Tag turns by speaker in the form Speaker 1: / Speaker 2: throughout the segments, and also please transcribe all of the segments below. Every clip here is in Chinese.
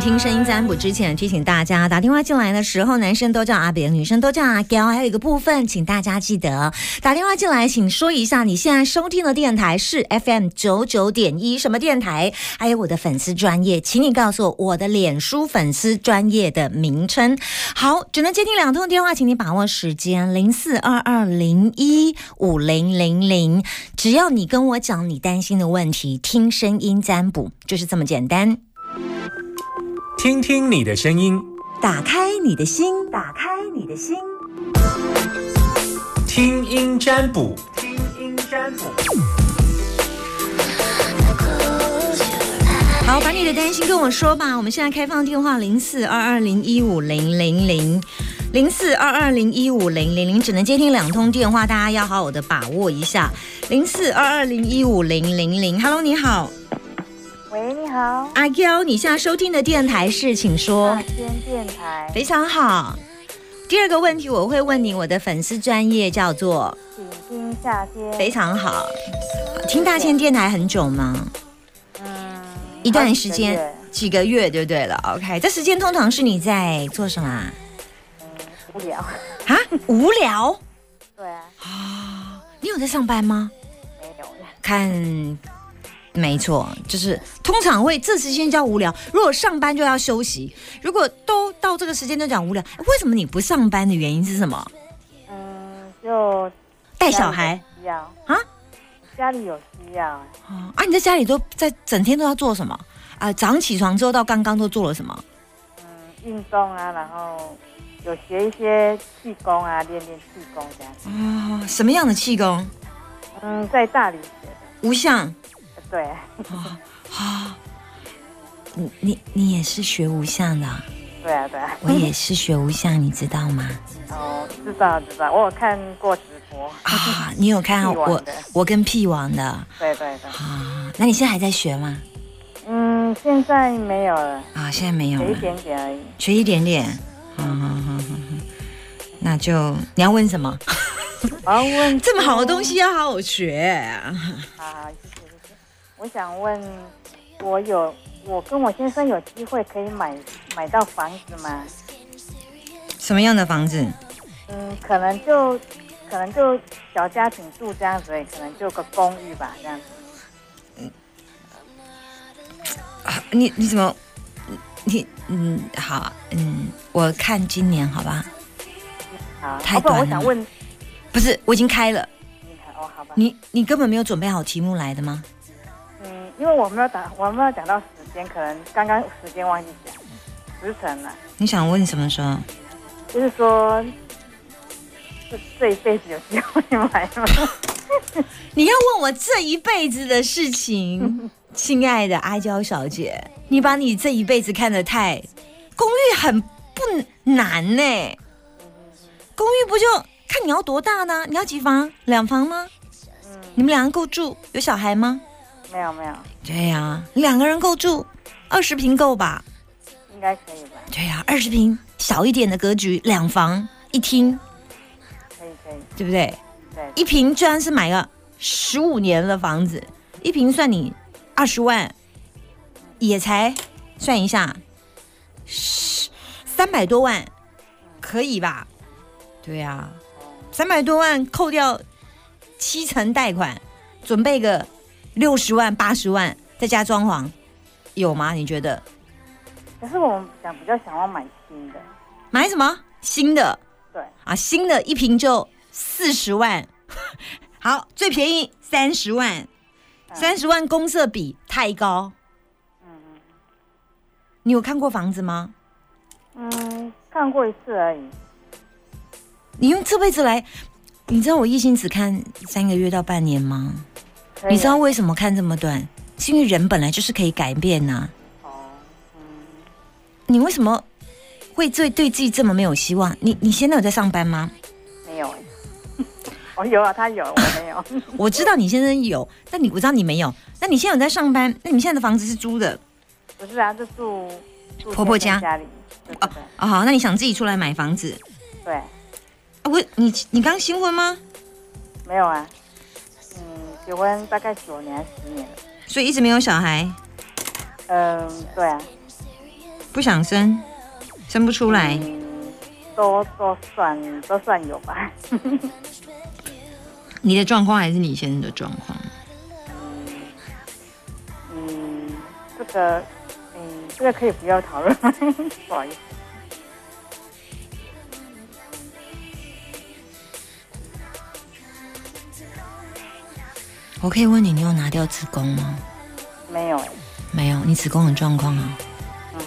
Speaker 1: 听声音占卜之前，提醒大家打电话进来的时候，男生都叫阿扁，女生都叫阿娇。还有一个部分，请大家记得打电话进来，请说一下你现在收听的电台是 FM 九九点一什么电台，还有我的粉丝专业，请你告诉我我的脸书粉丝专业的名称。好，只能接听两通电话，请你把握时间零四二二零一五零零零。只要你跟我讲你担心的问题，听声音占卜就是这么简单。
Speaker 2: 听听你的声音，
Speaker 1: 打开你的心，打开你的心。
Speaker 2: 听音占卜，听音占卜。
Speaker 1: 好，把你的担心跟我说吧。我们现在开放电话零四二二零一五零零零。零四二二零一五零零零只能接听两通电话，大家要好好的把握一下。零四二二零一五零零零，Hello，你好，
Speaker 3: 喂，你好，
Speaker 1: 阿 Q，你现在收听的电台是，请说。
Speaker 3: 大仙电台，
Speaker 1: 非常好。第二个问题我会问你，我的粉丝专业叫做
Speaker 3: 请听下
Speaker 1: 非
Speaker 3: 天。
Speaker 1: 常好。听大千电台很久吗？
Speaker 3: 嗯，
Speaker 1: 一段时间
Speaker 3: 好几个
Speaker 1: 几
Speaker 3: 月，
Speaker 1: 个月就对了。OK，这时间通常是你在做什么啊？
Speaker 3: 无聊。
Speaker 1: 啊，无聊。
Speaker 3: 对啊，
Speaker 1: 你有在上班吗？
Speaker 3: 没有啦。
Speaker 1: 看，没错，就是通常会这时间叫无聊。如果上班就要休息，如果都到这个时间就讲无聊，为什么你不上班的原因是什么？
Speaker 3: 嗯，就
Speaker 1: 带小孩
Speaker 3: 需要
Speaker 1: 啊？
Speaker 3: 家里有需要，
Speaker 1: 哦啊？你在家里都在整天都要做什么？啊、早上起床之后到刚刚都做了什么？
Speaker 3: 嗯，运动啊，然后有学一些气功啊，练练气功这样子。
Speaker 1: 哦，什么样的气功？
Speaker 3: 嗯，在大理学的。
Speaker 1: 无相
Speaker 3: 对，
Speaker 1: 啊、你你你也是学无相的啊、
Speaker 3: 对啊，对啊。
Speaker 1: 我也是学无相，你知道吗？
Speaker 3: 哦，知道知道，我有看过直播。
Speaker 1: 啊，你有看
Speaker 3: 嗯屁王
Speaker 1: 我
Speaker 3: 的
Speaker 1: 我跟屁王的啊？
Speaker 3: 对对对。
Speaker 1: 那你现在还在学吗？
Speaker 3: 嗯，现在没有了，
Speaker 1: 啊，现在没有
Speaker 3: 有一
Speaker 1: 了，
Speaker 3: 点点而已。
Speaker 1: 学一点点。好好好好好，那就你要问什么？啊
Speaker 3: 我要问
Speaker 1: 这么好的东西要好好学啊、
Speaker 3: 啊，谢谢谢谢。我想问，我有我跟我先生有机会可以买买到房子吗？
Speaker 1: 什么样的房子？
Speaker 3: 嗯，可能就可能就小家庭住这样子而已，可能就个公寓吧这样子。
Speaker 1: 啊你你怎么？你嗯好嗯，我看今年好吧？
Speaker 3: 好，
Speaker 1: 太
Speaker 3: 哦不，
Speaker 1: 短了
Speaker 3: 我想问
Speaker 1: 不是，我已经开了。
Speaker 3: 你看哦，好吧，
Speaker 1: 你你根本没有准备好题目来的吗？
Speaker 3: 嗯，因为我没有打，我没有讲到时间，可能刚刚时间忘记讲时辰了，
Speaker 1: 你想问什么时候？
Speaker 3: 就是说。这这一辈子有机会 买吗？
Speaker 1: 你要问我这一辈子的事情，亲爱的阿娇小姐，你把你这一辈子看得太，公寓很不难呢、公寓不就看你要多大呢？你要几房？两房吗？你们两个够住？有小孩吗？
Speaker 3: 嗯没有没有，
Speaker 1: 对呀、你两个人够住，二十平够吧？
Speaker 3: 应该可以吧？
Speaker 1: 对呀、二十平小一点的格局，两房一厅，
Speaker 3: 可以可以，
Speaker 1: 对不对？
Speaker 3: 对，
Speaker 1: 一平居然是买个十五年的房子，一平算你二十万，也才算一下，十三百多万，可以吧？对呀、啊，三百多万扣掉七成贷款，准备个六十万、八十万，再加装潢，有吗？你觉得
Speaker 3: 可是我们想比较想要买新的，
Speaker 1: 买什么新的？
Speaker 3: 对，
Speaker 1: 啊，新的一瓶就四十万， 好，最便宜三十万，三十万公社比太高。你有看过房子吗？
Speaker 3: 嗯，看过一次而已。
Speaker 1: 你用这辈子来，你知道我一心只看三个月到半年吗？
Speaker 3: 可以啊
Speaker 1: 你知道为什么看这么短？是因为人本来就是可以改变呐、
Speaker 3: 哦，嗯，
Speaker 1: 你为什么会对对自己这么没有希望？你你现在有在上班吗？
Speaker 3: 没有哎、 我、有啊，他有，我没有。
Speaker 1: 我知道你先生有，但你我知道你没有。那你现在有在上班？那你现在的房子是租的？
Speaker 3: 不是啊，就住住
Speaker 1: 婆婆
Speaker 3: 先
Speaker 1: 家
Speaker 3: 生家里，对对对
Speaker 1: 啊、好，那你想自己出来买房子？
Speaker 3: 对，
Speaker 1: 啊，我你你刚新婚吗？
Speaker 3: 没有啊。嗯，结婚大概九年十年了。
Speaker 1: 所以一直没有小孩。
Speaker 3: 嗯、对啊，
Speaker 1: 不想生，生不出来，
Speaker 3: 嗯都都算都算有吧。
Speaker 1: 你的状况还是你先生的状况？
Speaker 3: 嗯，这个，嗯，这个可以不要讨论， 不好意思。
Speaker 1: 我可以问你，你有拿掉子宫吗？
Speaker 3: 没有，欸
Speaker 1: 没有，你子宫的状况啊？
Speaker 3: 嗯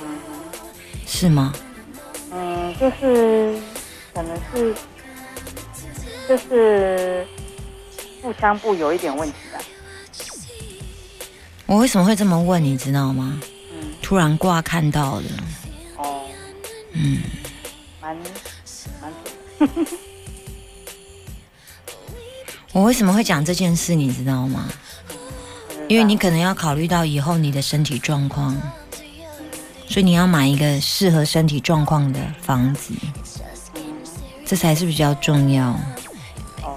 Speaker 1: 是吗？
Speaker 3: 嗯，就是可能是就是腹腔部有一点问题吧。
Speaker 1: 我为什么会这么问，你知道吗？
Speaker 3: 嗯，
Speaker 1: 突然挂看到的，
Speaker 3: 哦，
Speaker 1: 嗯，
Speaker 3: 蛮蛮
Speaker 1: 我为什么会讲这件事，你知道吗？因为你可能要考虑到以后你的身体状况，所以你要买一个适合身体状况的房子，这才是比较重要。
Speaker 3: 哦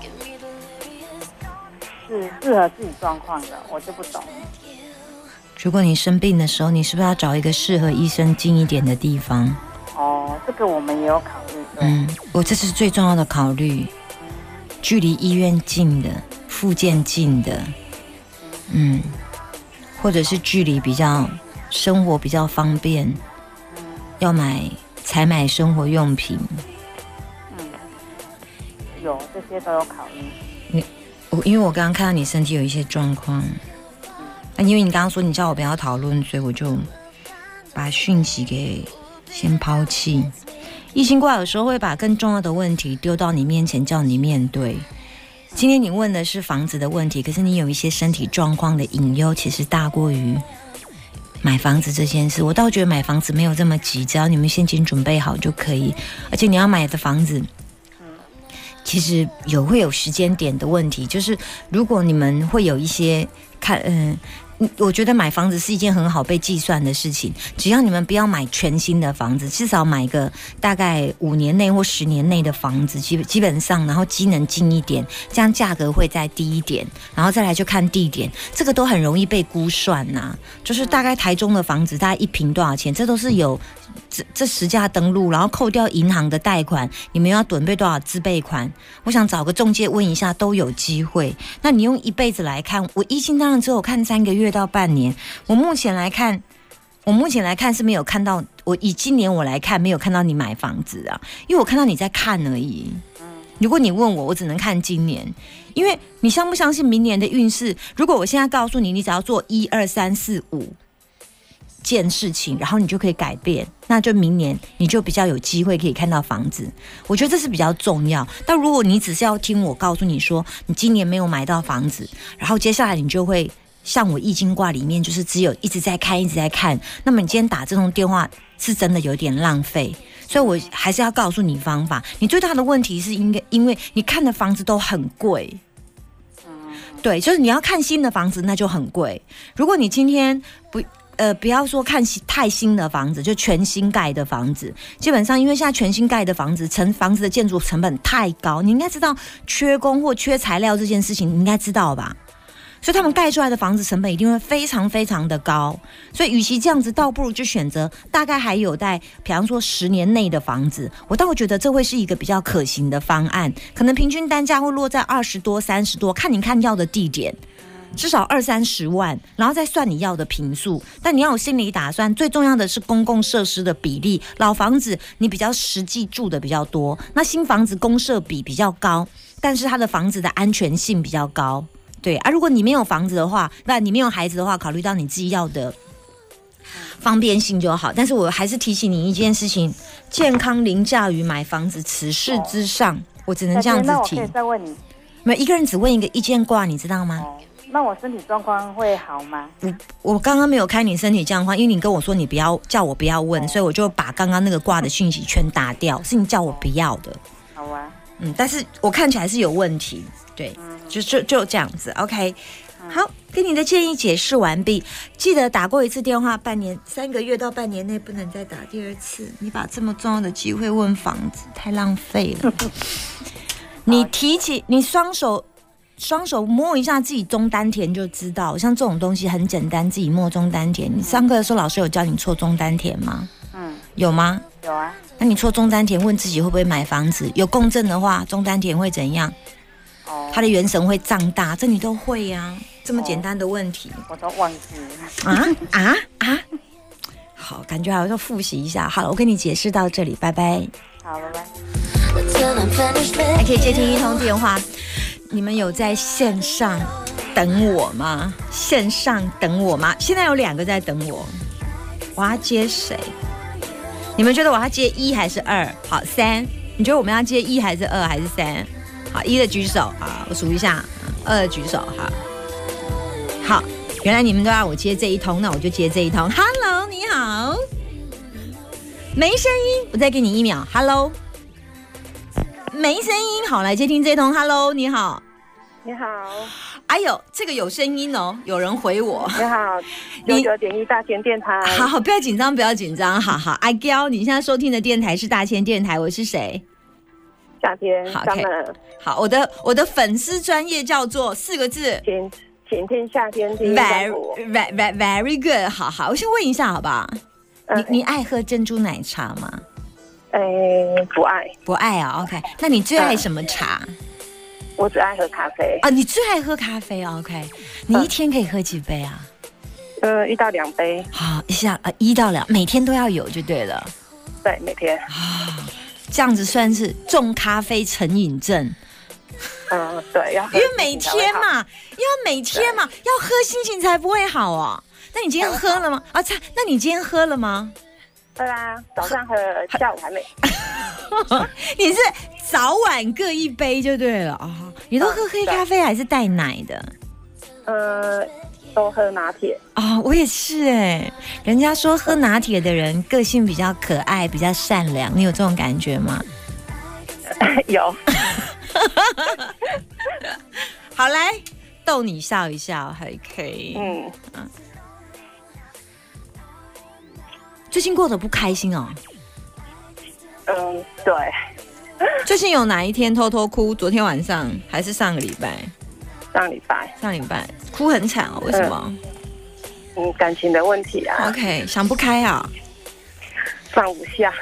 Speaker 3: 是适合自己状况的，我就不懂。
Speaker 1: 如果你生病的时候，你是不是要找一个适合医生近一点的地方？
Speaker 3: 哦，这个我们也有考虑，对，
Speaker 1: 嗯，我这是最重要的考虑，距离医院近的、附件近的，嗯，或者是距离比较生活比较方便，要买才买生活用品。
Speaker 3: 有这些都有考虑。
Speaker 1: 我因为我刚刚看到你身体有一些状况，那、因为你刚刚说你叫我不要讨论，所以我就把讯息给先抛弃。易星卦有时候会把更重要的问题丢到你面前，叫你面对。今天你问的是房子的问题，可是你有一些身体状况的隐忧，其实大过于买房子这件事。我倒觉得买房子没有这么急，只要你们现金准备好就可以。而且你要买的房子，其实有会有时间点的问题，就是如果你们会有一些看，嗯、嗯我觉得买房子是一件很好被计算的事情，只要你们不要买全新的房子，至少买个大概五年内或十年内的房子，基基本上，然后机能近一点，这样价格会再低一点，然后再来就看地点，这个都很容易被估算呐、就是大概台中的房子大概一平多少钱，这都是有这这实价登录，然后扣掉银行的贷款，你们要准备多少自备款，我想找个中介问一下，都有机会。那你用一辈子来看，我一心当然只有看三个月到半年。我目前来看，我目前来看是没有看到，我以今年我来看没有看到你买房子啊，因为我看到你在看而已。如果你问我，我只能看今年，因为你相不相信明年的运势？如果我现在告诉你，你只要做一二三四五件事情，然后你就可以改变，那就明年你就比较有机会可以看到房子。我觉得这是比较重要。但如果你只是要听我告诉你说，你今年没有买到房子，然后接下来你就会像我易经卦里面，就是只有一直在看，一直在看。那么你今天打这通电话是真的有点浪费。所以我还是要告诉你方法。你最大的问题是应该，因为你看的房子都很贵。对，就是你要看新的房子，那就很贵。如果你今天不呃，不要说看新太新的房子，就全新盖的房子，基本上因为现在全新盖的房子，成房子的建筑成本太高，你应该知道缺工或缺材料这件事情，你应该知道吧？所以他们盖出来的房子成本一定会非常非常的高，所以与其这样子，倒不如就选择大概还有在，比方说十年内的房子，我倒觉得这会是一个比较可行的方案，可能平均单价会落在二十多、三十多，看你看要的地点。至少二三十万，然后再算你要的平数。但你要有心理打算，最重要的是公共设施的比例。老房子你比较实际住的比较多，那新房子公设比比较高，但是它的房子的安全性比较高。对啊，如果你没有房子的话，那你没有孩子的话，考虑到你自己要的方便性就好。但是我还是提醒你一件事情：健康凌驾于买房子，此事之上。我只能这样子
Speaker 3: 那我
Speaker 1: 提
Speaker 3: 可以，再问你，
Speaker 1: 没有一个人只问一个意见卦，你知道吗？
Speaker 3: 哦，那我身体状况会好吗？
Speaker 1: 我我刚刚没有开你身体这样的话，因为你跟我说你不要叫我不要问，所以我就把刚刚那个挂的讯息全打掉，是你叫我不要的。
Speaker 3: 好啊，
Speaker 1: 嗯，但是我看起来是有问题，对，就就就这样子，OK。好，跟你的建议解释完毕。记得打过一次电话，半年、三个月到半年内不能再打第二次。你把这么重要的机会问房子，太浪费了。你提起你双手，双手摸一下自己中丹田就知道。像这种东西很简单，自己摸中丹田。你上课的时候老师有教你搓中丹田吗？
Speaker 3: 嗯
Speaker 1: 有吗？
Speaker 3: 有啊，
Speaker 1: 那你戳中丹田，问自己会不会买房子？有共振的话，中丹田会怎样？
Speaker 3: 哦，
Speaker 1: 他的元神会胀大，这你都会呀、这么简单的问题
Speaker 3: 我都忘记了。
Speaker 1: 啊啊啊！好，感觉好像复习一下。好了，我跟你解释到这里，拜拜。
Speaker 3: 好了吧，
Speaker 4: Till I'm finished
Speaker 1: 还可以接听一
Speaker 4: making
Speaker 1: 通
Speaker 4: you
Speaker 1: 电话。你们有在线上等我吗？线上等我吗？现在有两个在等我，我要接谁？你们觉得我要接一还是二？好，三。你觉得我们要接一还是二还是三？好，一的举手好，我数一下。二的举手好。好，原来你们都要我接这一通，那我就接这一通。Hello，你好。没声音，我再给你一秒。Hello。没声音，好来接听这通。Hello，你好。
Speaker 5: 你好，
Speaker 1: 哎呦，这个有声音哦，有人回我。
Speaker 5: 你好，九
Speaker 1: 你
Speaker 5: 九点一大千电台，
Speaker 1: 好好，不要紧张，不要紧张，好好。阿娇，你现在收听的电台是大千电台，我是谁？
Speaker 5: 夏天
Speaker 1: 好，OK
Speaker 5: summer，
Speaker 1: 好，我的我的粉丝专业叫做四个字
Speaker 5: 请请听夏天第一
Speaker 1: ，very
Speaker 5: 张谱。
Speaker 1: very very very good。好好，我先问一下，好不好？
Speaker 5: 嗯
Speaker 1: 你你爱喝珍珠奶茶吗？
Speaker 5: 哎，不爱，
Speaker 1: 不爱啊，OK。那你最爱什么茶
Speaker 5: 我只爱喝咖啡，
Speaker 1: 啊？你最爱喝咖啡，OK？你啊一天可以喝几杯啊？
Speaker 5: 呃，一到两杯，
Speaker 1: 好，一下呃一到两，每天都要有就对了。
Speaker 5: 对，每天，
Speaker 1: 这样子算是重咖啡成瘾症，
Speaker 5: 嗯，对，要喝
Speaker 1: 因为每
Speaker 5: 几杯才
Speaker 1: 天
Speaker 5: 会好，
Speaker 1: 嘛，要每天嘛，要喝心情才不会好哦。那你今天喝了吗？啊，菜，那你今天喝了吗？
Speaker 5: 对啦，早上喝，下午还没，
Speaker 1: 你是早晚各一杯就对了啊、哦你都喝黑咖啡还是带奶的？
Speaker 5: 呃，都喝拿铁，
Speaker 1: 哦，我也是哎、人家说喝拿铁的人个性比较可爱，比较善良，你有这种感觉吗？
Speaker 5: 有，
Speaker 1: 好来，逗你笑一笑还可以。
Speaker 5: 嗯，
Speaker 1: 最近过得不开心哦。
Speaker 5: 嗯，对，
Speaker 1: 最近有哪一天偷偷哭？昨天晚上还是上个礼拜？
Speaker 5: 上礼拜，
Speaker 1: 上礼拜哭很惨哦，为什么、
Speaker 5: 嗯，感情的问题啊
Speaker 1: o，k 想不开啊，
Speaker 5: 放不下，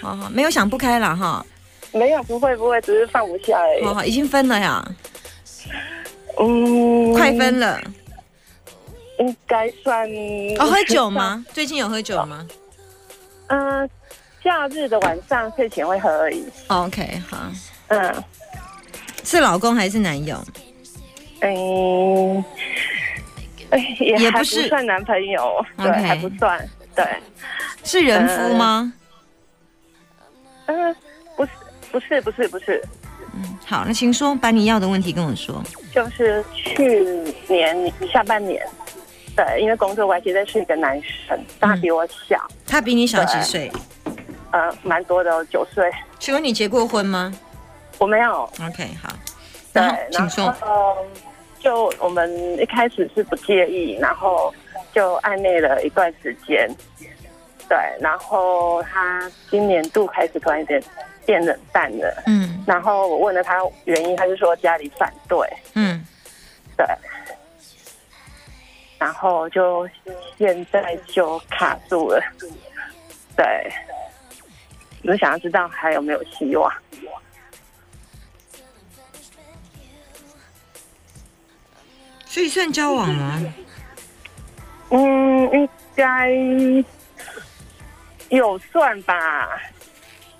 Speaker 1: 好好，没有想不开了哈，
Speaker 5: 没有，不会，不会，只是放不下而已
Speaker 1: 好，好，已经分了呀，
Speaker 5: 嗯，
Speaker 1: 快分了。
Speaker 5: 应该算。
Speaker 1: 哦，喝酒？吗？最近有喝酒吗、
Speaker 5: 嗯、假日的晚上睡前会喝而已。
Speaker 1: o k 好，
Speaker 5: 嗯
Speaker 1: 是老公还是男友？
Speaker 5: 嗯，哎、也
Speaker 1: 也不
Speaker 5: 还不
Speaker 1: 是
Speaker 5: 算男朋友，对
Speaker 1: OK
Speaker 5: 还不算，对，
Speaker 1: 是人夫吗？
Speaker 5: 嗯、不是，不是，不是，不是，呃
Speaker 1: 嗯好，那请说，把你要的问题跟我说。
Speaker 5: 就是去年下半年，对，因为工作关系认识一个男生，他
Speaker 1: 嗯
Speaker 5: 比我小，
Speaker 1: 他比你小几岁？
Speaker 5: 呃，蛮多的哦，九岁，
Speaker 1: 请问你结过婚吗
Speaker 5: 我没有，
Speaker 1: ？OK，好，
Speaker 5: 对
Speaker 1: 然后，
Speaker 5: 然
Speaker 1: 请说。
Speaker 5: 后就我们一开始是不介意，然后就暧昧了一段时间，对，然后他今年度开始突然间变冷淡了，
Speaker 1: 嗯
Speaker 5: 然后我问了他原因，他就说家里反对，
Speaker 1: 嗯，
Speaker 5: 对，然后就现在就卡住了，对，我就想要知道还有没有希望，
Speaker 1: 所以算交往吗？
Speaker 5: 嗯，应该有算吧，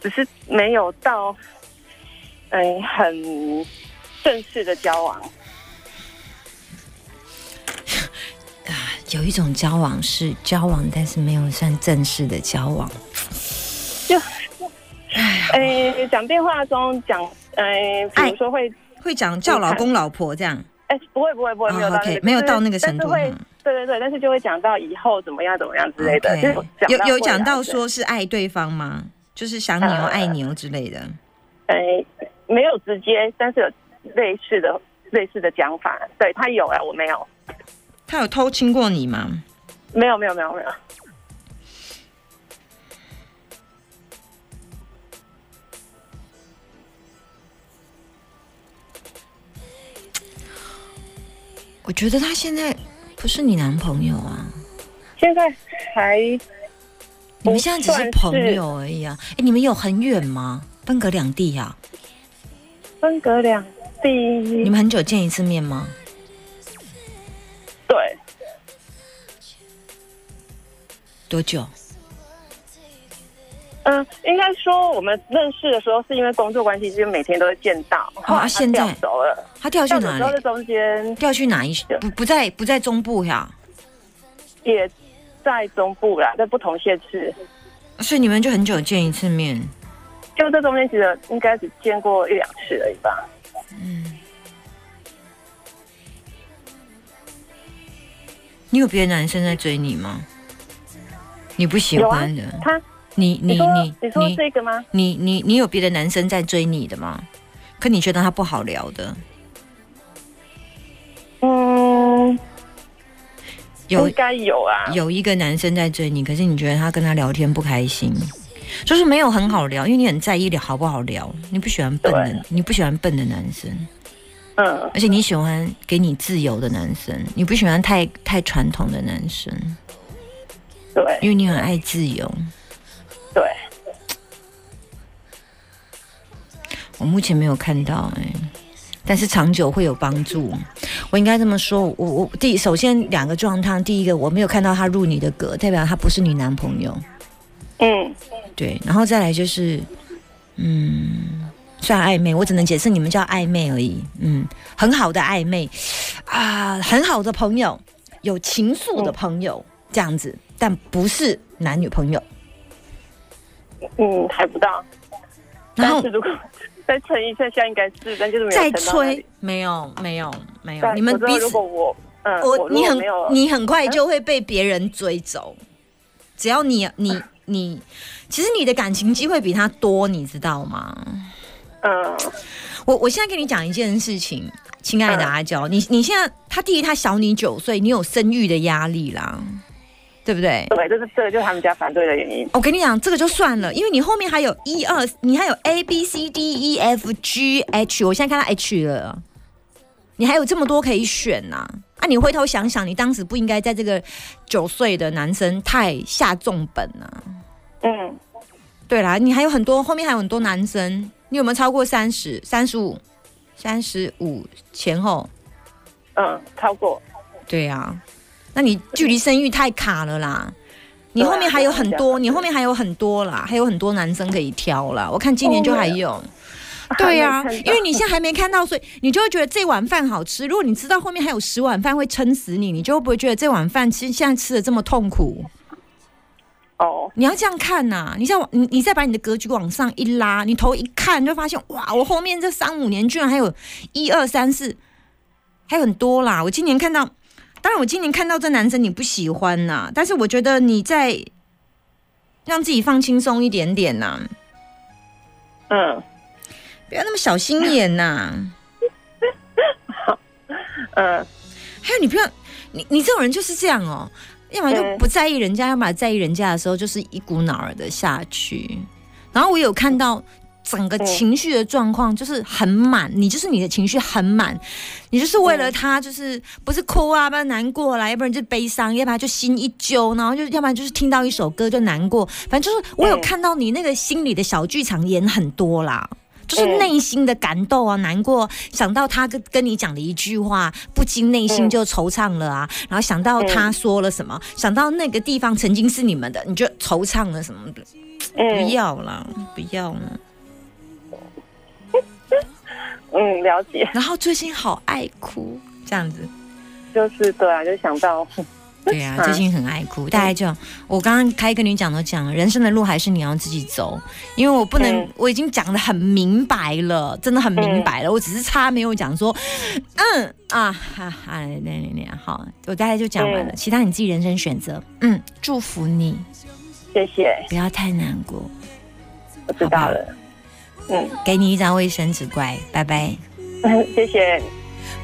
Speaker 5: 只是没有到嗯很正式的交往。
Speaker 1: 有一种交往是交往，但是没有算正式的交往。
Speaker 5: 就哎，讲电话中讲，哎，比如说会，
Speaker 1: 会讲叫老公老婆这样，
Speaker 5: 哎，不会不会不会，
Speaker 1: 哦
Speaker 5: 没有到
Speaker 1: OK，
Speaker 5: 那个，
Speaker 1: 没有到那个
Speaker 5: 但
Speaker 1: 程
Speaker 5: 是
Speaker 1: 度
Speaker 5: 但是会
Speaker 1: 嗯，
Speaker 5: 对对对，但是就会讲到以后怎么样怎么样之类的，就是
Speaker 1: OK 有有
Speaker 5: 会啊
Speaker 1: 讲到，说是爱对方吗？就是想你哦，
Speaker 5: 呃
Speaker 1: 爱你哦之类的。
Speaker 5: 哎，没有直接，但是有类似的类似的讲法，对他有啊，我没有，
Speaker 1: 他有偷亲过你吗？
Speaker 5: 没有没有没有没有。
Speaker 1: 我觉得他现在不是你男朋友啊。
Speaker 5: 现在还
Speaker 1: 你们现在只是朋友而已啊？哎，你们有很远吗？分隔两地呀、
Speaker 5: 分隔两地
Speaker 1: 你。们很久见一次面吗？
Speaker 5: 对，
Speaker 1: 多久？
Speaker 5: 嗯、应该说我们认识的时候是因为工作关系，就是每天都会见到。后来
Speaker 1: 啊
Speaker 5: 他
Speaker 1: 现在
Speaker 5: 调走了，
Speaker 1: 他掉去
Speaker 5: 调走
Speaker 1: 哪
Speaker 5: 之后在
Speaker 1: 里？
Speaker 5: 中间
Speaker 1: 掉去哪一？不不在不在中部呀、
Speaker 5: 也在中部啦，在不同县市。
Speaker 1: 所以你们就很久见一次面。
Speaker 5: 就这中间其实应该只见过一两次而已吧。
Speaker 1: 你有别的男生在追你吗？你不喜
Speaker 5: 有啊
Speaker 1: 欢的？，
Speaker 5: 他
Speaker 1: 你你
Speaker 5: 你说
Speaker 1: 你
Speaker 5: 你说这个吗？
Speaker 1: 你你你有别的男生在追你的吗？可你觉得他不好聊的，
Speaker 5: 嗯，
Speaker 1: 有
Speaker 5: 应该有啊。
Speaker 1: 有一个男生在追你，可是你觉得他跟他聊天不开心，就是没有很好聊，因为你很在意聊好不好聊，你不喜欢笨的
Speaker 5: 对，
Speaker 1: 你不喜欢笨的男生，
Speaker 5: 嗯，
Speaker 1: 而且你喜欢给你自由的男生，你不喜欢太太传统的男生，因
Speaker 5: 对
Speaker 1: 为你很爱自由。
Speaker 5: 对，
Speaker 1: 我目前没有看到哎、但是长久会有帮助。我应该这么说，我我第首先两个状态，第一个我没有看到他入你的格，代表他不是你男朋友，
Speaker 5: 嗯，
Speaker 1: 对，然后再来就是，嗯，算暧昧，我只能解释你们叫暧昧而已，嗯，很好的暧昧啊，很好的朋友，有情愫的朋友、这样子，但不是男女朋友。
Speaker 5: 嗯，还不到。
Speaker 1: 然后
Speaker 5: 但是如果 再撑一下下，应该是，但就是没有
Speaker 1: 再
Speaker 5: 撑到那里
Speaker 1: 吹，没有没有没有，
Speaker 5: 但
Speaker 1: 你们
Speaker 5: 我知道
Speaker 1: 彼此
Speaker 5: 如果我，嗯，我
Speaker 1: 我
Speaker 5: 如
Speaker 1: 你
Speaker 5: 果
Speaker 1: 很
Speaker 5: 没有，嗯
Speaker 1: 你很快就会被别人追走，只要你你 你，其实你的感情机会比他多，你知道吗？
Speaker 5: 嗯，
Speaker 1: 我我现在跟你讲一件事情，亲
Speaker 5: 嗯
Speaker 1: 爱的阿娇，你你现在他第一他小你九岁，你有生育的压力啦，对不对？
Speaker 5: 对，这是这个就是他们家反对的原因。
Speaker 1: 我跟你讲，这个就算了，因为你后面还有一二，你还有 A B C D E F G H，我现在看到 H 了，你还有这么多可以选呐、啊。你回头想想，你当时不应该在这个九岁的男生太下重本啊。
Speaker 5: 嗯，
Speaker 1: 对啦，你还有很多，后面还有很多男生，你有没有超过三十、三十五、三十五前后？
Speaker 5: 嗯，超过，
Speaker 1: 对啊，那你距离生育太卡了啦。你后面还有很
Speaker 5: 啊
Speaker 1: 多，你后面还有很多啦，还有很多男生可以挑啦。我看今年就还有，对呀、
Speaker 5: 还哦没看到
Speaker 1: 因为你现在还没看到，所以你就会觉得这碗饭好吃。如果你知道后面还有十碗饭会撑死你，你就不会觉得这碗饭吃现在吃的这么痛苦。
Speaker 5: 哦，
Speaker 1: 你要这样看呐、你再往你你再把你的格局往上一拉，你头一看就发现，哇，我后面这三五年居然还有一二三四，还有很多啦。我今年看到，当然我今年看到这男生你不喜欢呐、但是我觉得你在让自己放轻松一点点呐、
Speaker 5: 嗯
Speaker 1: 不要那么小心眼呐、
Speaker 5: 嗯，
Speaker 1: 还有你不要，你你这种人就是这样哦，要么就
Speaker 5: 嗯
Speaker 1: 不在意人家，要么在意人家的时候就是一股脑儿的下去。然后我有看到整个
Speaker 5: 嗯
Speaker 1: 情绪的状况就是很满，你就是你的情绪很满，你就是为了他就是不是哭啊，不然难过啦，要不然就悲伤，要不然就心一揪，然后就要不然就是听到一首歌就难过，反正就是我有
Speaker 5: 嗯
Speaker 1: 看到你那个心里的小剧场演很多啦。就是
Speaker 5: 嗯
Speaker 1: 内心的感动啊，难过，想到他跟跟你讲的一句话，不禁内心就惆怅了啊。然后想到他
Speaker 5: 嗯
Speaker 1: 说了什么，想到那个地方曾经是你们的，你就惆怅了什么的。不
Speaker 5: 嗯
Speaker 1: 要啦，不要啦。
Speaker 5: 嗯，了解，
Speaker 1: 然后最近好爱哭，这样子。
Speaker 5: 就是对啊，就想到，
Speaker 1: 对啊，
Speaker 5: 嗯
Speaker 1: 最近很爱哭，大概就我刚刚开跟你讲都讲了，人生的路还是你要自己走，因为我不能，
Speaker 5: 嗯
Speaker 1: 我已经讲的很明白了，真的很明白了，我只是差没有讲说，嗯啊哈哈，那那那好，我大概就讲完了，
Speaker 5: 嗯
Speaker 1: 其他你自己人生选择，嗯，祝福你，
Speaker 5: 谢谢，
Speaker 1: 不要太难过，
Speaker 5: 我知道了，嗯，
Speaker 1: 给你一张卫生纸，乖，拜拜。
Speaker 5: 谢谢。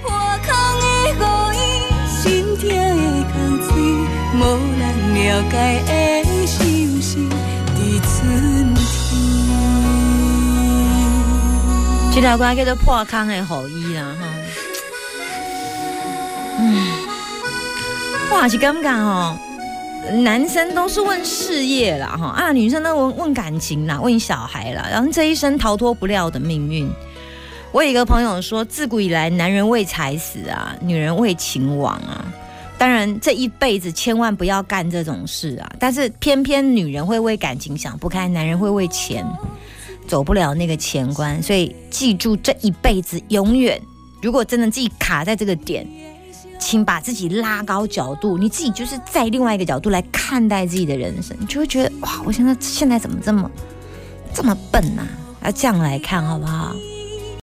Speaker 6: 破空的五意，心痛的空碎，无人了解的心事，在春天。
Speaker 1: 这条歌叫做《破空的雨衣》啦，哈。嗯，我也是感觉吼，男生都是问事业啦，哈啊，女生都问问感情啦，问小孩啦，然后这一生逃脱不了的命运。我有一个朋友说，自古以来，男人为财死啊，女人为情亡啊。当然，这一辈子千万不要干这种事啊！但是偏偏女人会为感情想不开，男人会为钱走不了那个钱关。所以记住，这一辈子永远，如果真的自己卡在这个点，请把自己拉高角度，你自己就是在另外一个角度来看待自己的人生，你就会觉得哇，我现在现在怎么这么这么笨呐、啊？要这样来看好不好？